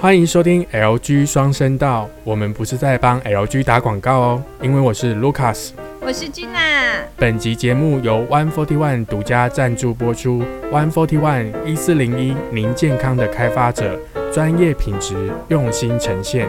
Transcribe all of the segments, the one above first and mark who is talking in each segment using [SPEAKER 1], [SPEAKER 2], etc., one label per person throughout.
[SPEAKER 1] 欢迎收听 LG 双声道，我们不是在帮 LG 打广告哦，因为我是 Lucas。
[SPEAKER 2] 我是君娜，
[SPEAKER 1] 本集节目由 One Forty One 独家赞助播出。One Forty One 一四零一，您健康的开发者，专业品质，用心呈现。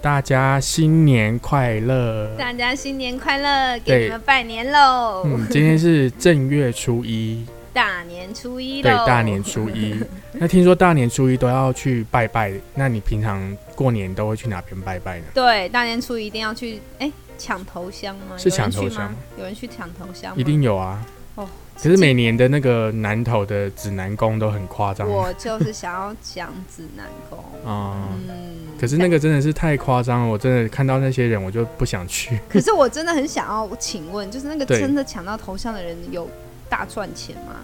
[SPEAKER 1] 大家新年快乐！
[SPEAKER 2] 大家新年快乐，
[SPEAKER 1] 对
[SPEAKER 2] 给你们拜年喽！
[SPEAKER 1] 嗯，今天是正月初 一，
[SPEAKER 2] 大年初一
[SPEAKER 1] 对，
[SPEAKER 2] 喽，
[SPEAKER 1] 大年初一。那听说大年初一都要去拜拜，那你平常过年都会去哪边拜拜呢？
[SPEAKER 2] 对大年初一一定要去，哎、抢头香吗？
[SPEAKER 1] 是
[SPEAKER 2] 有人
[SPEAKER 1] 抢头
[SPEAKER 2] 去吗
[SPEAKER 1] 香吗
[SPEAKER 2] 有人去抢头香吗？
[SPEAKER 1] 一定有啊。
[SPEAKER 2] 哦
[SPEAKER 1] 可是每年的那个南投的指南宫都很夸张。
[SPEAKER 2] 我就是想要讲指南 宫，
[SPEAKER 1] 啊、
[SPEAKER 2] 嗯，
[SPEAKER 1] 可是那个真的是太夸张了，我真的看到那些人我就不想去。
[SPEAKER 2] 可是我真的很想要请问，就是那个
[SPEAKER 1] 对
[SPEAKER 2] 真的抢到头香的人有大赚钱吗？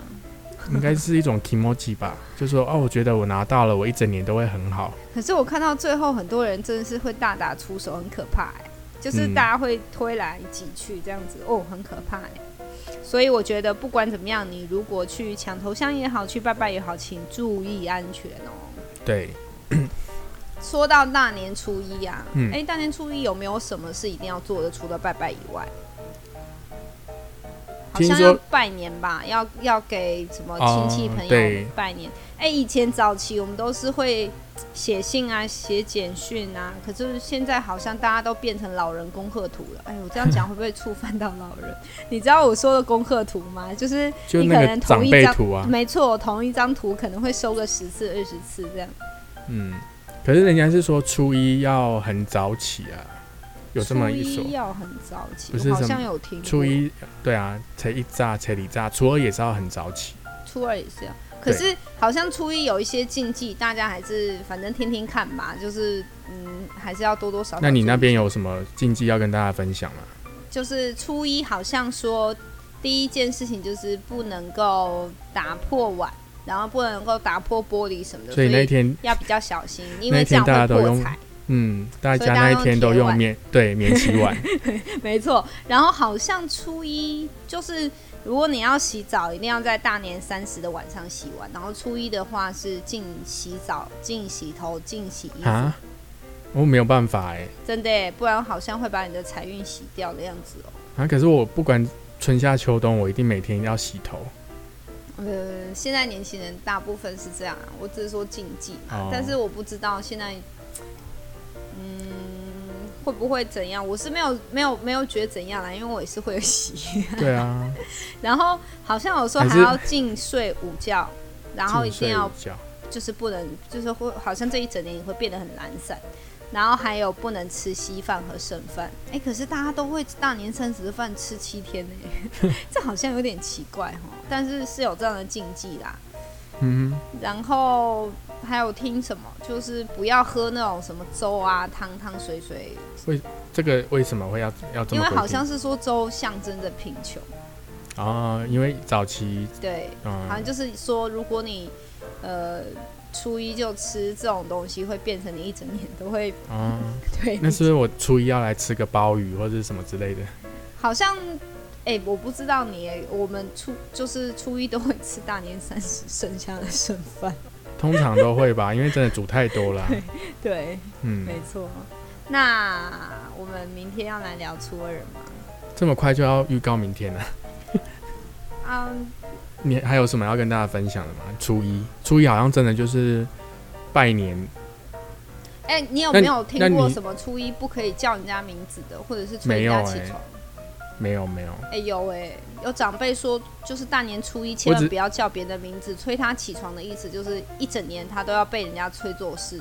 [SPEAKER 1] 应该是一种 emoji 吧，就说哦，我觉得我拿到了，我一整年都会很好。
[SPEAKER 2] 可是我看到最后很多人真的是会大打出手，很可怕、欸，就是
[SPEAKER 1] 嗯
[SPEAKER 2] 大家会推来挤去这样子，哦，很可怕、欸。所以我觉得不管怎么样，你如果去抢头香也好，去拜拜也好，请注意安全哦。
[SPEAKER 1] 对，
[SPEAKER 2] 说到大年初一啊，哎、
[SPEAKER 1] 嗯
[SPEAKER 2] 大年初一有没有什么是一定要做的？除了拜拜以外，好
[SPEAKER 1] 听
[SPEAKER 2] 像
[SPEAKER 1] 说
[SPEAKER 2] 要拜年吧，要要给什么亲戚
[SPEAKER 1] 哦
[SPEAKER 2] 朋
[SPEAKER 1] 对
[SPEAKER 2] 友拜年。哎、以前早期我们都是会写信啊，写简讯啊，可是现在好像大家都变成老人功课图了。哎、我这 样讲会不会触犯到老人？你知道我说的功课图吗？就是
[SPEAKER 1] 就
[SPEAKER 2] 你
[SPEAKER 1] 那
[SPEAKER 2] 可
[SPEAKER 1] 个
[SPEAKER 2] 能
[SPEAKER 1] 长
[SPEAKER 2] 同一
[SPEAKER 1] 辈
[SPEAKER 2] 张
[SPEAKER 1] 图啊，
[SPEAKER 2] 没错，同一张图可能会收个十次、二十次这样。
[SPEAKER 1] 嗯。可是人家是说初一要很早起啊，有这么一说
[SPEAKER 2] 初。一要很早起，
[SPEAKER 1] 不是
[SPEAKER 2] 我好
[SPEAKER 1] 什么
[SPEAKER 2] 像有听过
[SPEAKER 1] 初一对啊，才一炸，才里炸，初二也是要很早起。
[SPEAKER 2] 初二也是啊。可是好像初一有一些禁忌，大家还是反正听听看吧，就是嗯，还是要多多少少注意。
[SPEAKER 1] 那你那边有什么禁忌要跟大家分享吗？
[SPEAKER 2] 就是初一好像说第一件事情就是不能够打破碗，然后不能够打破玻璃什么的，
[SPEAKER 1] 所以那一天，
[SPEAKER 2] 要比较小心，因
[SPEAKER 1] 那一
[SPEAKER 2] 为这
[SPEAKER 1] 天
[SPEAKER 2] 样
[SPEAKER 1] 大家
[SPEAKER 2] 会
[SPEAKER 1] 都用
[SPEAKER 2] 破财。
[SPEAKER 1] 嗯，大
[SPEAKER 2] 所
[SPEAKER 1] 家
[SPEAKER 2] 以大
[SPEAKER 1] 那
[SPEAKER 2] 家
[SPEAKER 1] 一
[SPEAKER 2] 用
[SPEAKER 1] 天都
[SPEAKER 2] 铁
[SPEAKER 1] 用
[SPEAKER 2] 碗
[SPEAKER 1] 免对免洗碗，
[SPEAKER 2] 没错，然后好像初一就是，如果你要洗澡，一定要在大年三十的晚上洗完。然后初一的话是净洗澡、净洗头、净洗衣服，
[SPEAKER 1] 啊，我没有办法哎、
[SPEAKER 2] 真的耶，不然好像会把你的财运洗掉的样子哦。
[SPEAKER 1] 啊，可是我不管春夏秋冬，我一定每天要洗 头。
[SPEAKER 2] 呃，现在年轻人大部分是这样啊，我只是说禁忌嘛，
[SPEAKER 1] 哦
[SPEAKER 2] 但是我不知道现在，嗯，会不会怎样？我是没有没有没有觉得怎样啦，因为我也是会洗。
[SPEAKER 1] 对啊，
[SPEAKER 2] 然后好像有说
[SPEAKER 1] 还
[SPEAKER 2] 还
[SPEAKER 1] 是
[SPEAKER 2] 要尽睡午觉，然后一
[SPEAKER 1] 进
[SPEAKER 2] 定
[SPEAKER 1] 睡
[SPEAKER 2] 要
[SPEAKER 1] 午觉。
[SPEAKER 2] 就是不能，就是会好像这一整年你会变得很懒散，然后还有不能吃稀饭和剩饭。哎，可是大家都会大年三十的饭吃七天呢， 这好像有点奇怪哦。但是是有这样的禁忌啦。
[SPEAKER 1] 嗯哼，
[SPEAKER 2] 然后还有听什么，就是不要喝那种什么粥啊、汤汤水水，
[SPEAKER 1] 这个为什么会要要这
[SPEAKER 2] 因
[SPEAKER 1] 么规
[SPEAKER 2] 为
[SPEAKER 1] 定？
[SPEAKER 2] 好像是说粥象征着贫穷，
[SPEAKER 1] 啊，因为早期
[SPEAKER 2] 对，好像
[SPEAKER 1] 嗯，
[SPEAKER 2] 就是说，如果你呃初一就吃这种东西，会变成你一整年都会
[SPEAKER 1] 啊，
[SPEAKER 2] 对。
[SPEAKER 1] 那是不是我初一要来吃个鲍鱼或者什么之类的？
[SPEAKER 2] 好像哎、我不知道你耶，我们初就是初一都会吃大年三十剩下的剩饭，
[SPEAKER 1] 通常都会 吧，因为真的煮太多了啊。
[SPEAKER 2] 对，
[SPEAKER 1] 嗯，
[SPEAKER 2] 没错。那我们明天要来聊初二吗？
[SPEAKER 1] 这么快就要预告明天了，
[SPEAKER 2] 嗯，
[SPEAKER 1] 你还有什么要跟大家分享的吗？初一，初一好像真的就是拜年，
[SPEAKER 2] 哎、你有
[SPEAKER 1] 那
[SPEAKER 2] 没有听
[SPEAKER 1] 那
[SPEAKER 2] 过
[SPEAKER 1] 你
[SPEAKER 2] 什么初一不可以叫人家名字的，或者是催
[SPEAKER 1] 没有
[SPEAKER 2] 人家起
[SPEAKER 1] 哎
[SPEAKER 2] 床？
[SPEAKER 1] 没有没有，
[SPEAKER 2] 哎、有哎、有长辈说，就是大年初一
[SPEAKER 1] 我
[SPEAKER 2] 千
[SPEAKER 1] 只
[SPEAKER 2] 万不要叫别人的名字，催他起床的意思就是一整年他都要被人家催做事。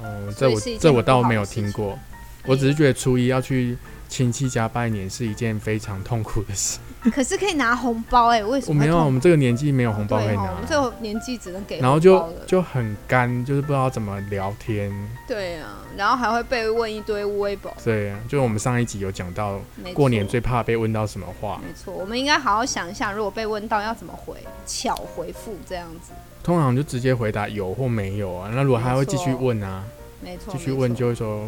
[SPEAKER 1] 哦，这
[SPEAKER 2] 所以
[SPEAKER 1] 我
[SPEAKER 2] 是一件
[SPEAKER 1] 这我
[SPEAKER 2] 很不
[SPEAKER 1] 倒
[SPEAKER 2] 好
[SPEAKER 1] 没
[SPEAKER 2] 的
[SPEAKER 1] 有
[SPEAKER 2] 事
[SPEAKER 1] 听
[SPEAKER 2] 情
[SPEAKER 1] 过，我只是觉得初一要去亲戚家拜年是一件非常痛苦的事。
[SPEAKER 2] 可是可以拿红包哎、为什
[SPEAKER 1] 我
[SPEAKER 2] 么
[SPEAKER 1] 没
[SPEAKER 2] 会
[SPEAKER 1] 有，啊
[SPEAKER 2] 痛
[SPEAKER 1] 我们这个年纪没有红
[SPEAKER 2] 对
[SPEAKER 1] 包可以
[SPEAKER 2] 吼
[SPEAKER 1] 拿
[SPEAKER 2] 我，们这个年纪只能给红
[SPEAKER 1] 然后
[SPEAKER 2] 包
[SPEAKER 1] 就
[SPEAKER 2] 了
[SPEAKER 1] 就很干，就是不知道怎么聊天。
[SPEAKER 2] 对啊，然后还会被问一堆微博。
[SPEAKER 1] 对，啊就我们上一集有讲到，
[SPEAKER 2] 没错
[SPEAKER 1] 过年最怕被问到什么话，
[SPEAKER 2] 没错，我们应该好好想一下，如果被问到要怎么回，巧回复这样子。
[SPEAKER 1] 通常就直接回答有或没有啊。那如果他会继续
[SPEAKER 2] 没错
[SPEAKER 1] 问啊，
[SPEAKER 2] 没错，
[SPEAKER 1] 继续
[SPEAKER 2] 没
[SPEAKER 1] 问
[SPEAKER 2] 错
[SPEAKER 1] 就会说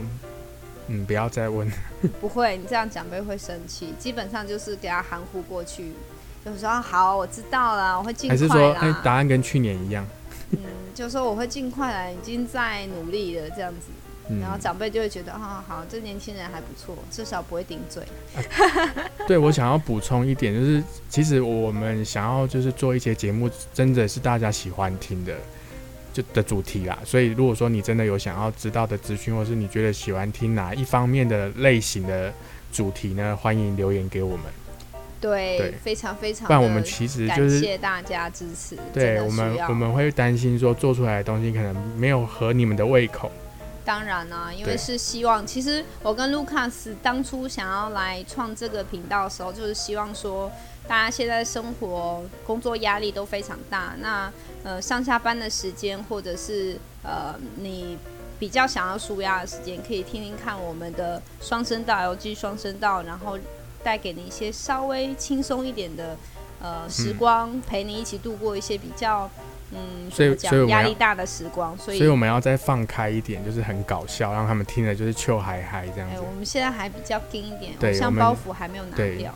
[SPEAKER 1] 嗯，不要再问。
[SPEAKER 2] 不会，你这样长辈会生气。基本上就是给他含糊过去，就说啊好，我知道啦，我会尽
[SPEAKER 1] 还
[SPEAKER 2] 快
[SPEAKER 1] 是说，
[SPEAKER 2] 啦。
[SPEAKER 1] 哎、答案跟去年一样？
[SPEAKER 2] 嗯，就说我会尽快啦，已经在努力了这样子。
[SPEAKER 1] 嗯，
[SPEAKER 2] 然后长辈就会觉得啊、好，这年轻人还不错，至少不会顶嘴。
[SPEAKER 1] 对，我想要补充一点，就是其实我们想要就是做一些节目，真的是大家喜欢听的，就的主题啦。所以如果说你真的有想要知道的资讯，或是你觉得喜欢听哪一方面的类型的主题呢，欢迎留言给我们。
[SPEAKER 2] 对，
[SPEAKER 1] 对
[SPEAKER 2] 非常非常
[SPEAKER 1] 不然我们
[SPEAKER 2] 地
[SPEAKER 1] 其实就
[SPEAKER 2] 感
[SPEAKER 1] 是
[SPEAKER 2] 谢大家支持，真
[SPEAKER 1] 对
[SPEAKER 2] 的
[SPEAKER 1] 我
[SPEAKER 2] 需
[SPEAKER 1] 们
[SPEAKER 2] 要
[SPEAKER 1] 我们会担心说做出来的东西可能没有合你们的胃口。
[SPEAKER 2] 当然啦、因为
[SPEAKER 1] 对
[SPEAKER 2] 是希望，其实我跟卢卡斯当初想要来创这个频道的时候，就是希望说，大家现在生活、工作压力都非常大，那呃上下班的时间，或者是呃你比较想要舒压的时间，可以听听看我们的双声道 LG 双声道，然后带给你一些稍微轻松一点的呃
[SPEAKER 1] 嗯
[SPEAKER 2] 时光，陪你一起度过一些比较嗯
[SPEAKER 1] 所以
[SPEAKER 2] 怎么讲
[SPEAKER 1] 所以我们
[SPEAKER 2] 压
[SPEAKER 1] 要
[SPEAKER 2] 力大的时光，所以
[SPEAKER 1] 所以我们要再放开一点，就是很搞笑，让他们听了就是糗嗨嗨这样
[SPEAKER 2] 哎、
[SPEAKER 1] 子。
[SPEAKER 2] 我们现在还比较硬一点，
[SPEAKER 1] 对
[SPEAKER 2] 偶
[SPEAKER 1] 我
[SPEAKER 2] 像
[SPEAKER 1] 们
[SPEAKER 2] 包袱还没有拿
[SPEAKER 1] 对
[SPEAKER 2] 掉。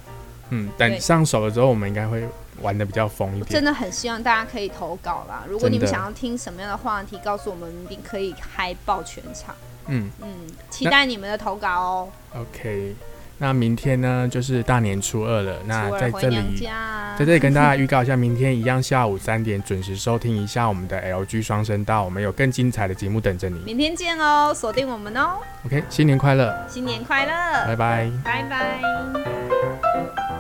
[SPEAKER 1] 嗯，
[SPEAKER 2] 对
[SPEAKER 1] 等上手了之后，我们应该会玩的比较疯一
[SPEAKER 2] 我
[SPEAKER 1] 点
[SPEAKER 2] 真。的很希望大家可以投稿啦！如果
[SPEAKER 1] 真的
[SPEAKER 2] 你们想要听什么样的话题，告诉我们，一定可以嗨爆全场。
[SPEAKER 1] 嗯。
[SPEAKER 2] 嗯，期待你们的投稿哦。
[SPEAKER 1] OK，那明天呢就是大年初二了，那
[SPEAKER 2] 初二
[SPEAKER 1] 在
[SPEAKER 2] 回
[SPEAKER 1] 这里
[SPEAKER 2] 娘家啊
[SPEAKER 1] 在这里跟大家预告一下，明天一样下午三点准时收听一下我们的 LG 双声道，我们有更精彩的节目等着你。
[SPEAKER 2] 明天见哦，锁定我们哦，
[SPEAKER 1] OK，新年快乐，
[SPEAKER 2] 新年快乐，
[SPEAKER 1] 拜拜。
[SPEAKER 2] 拜拜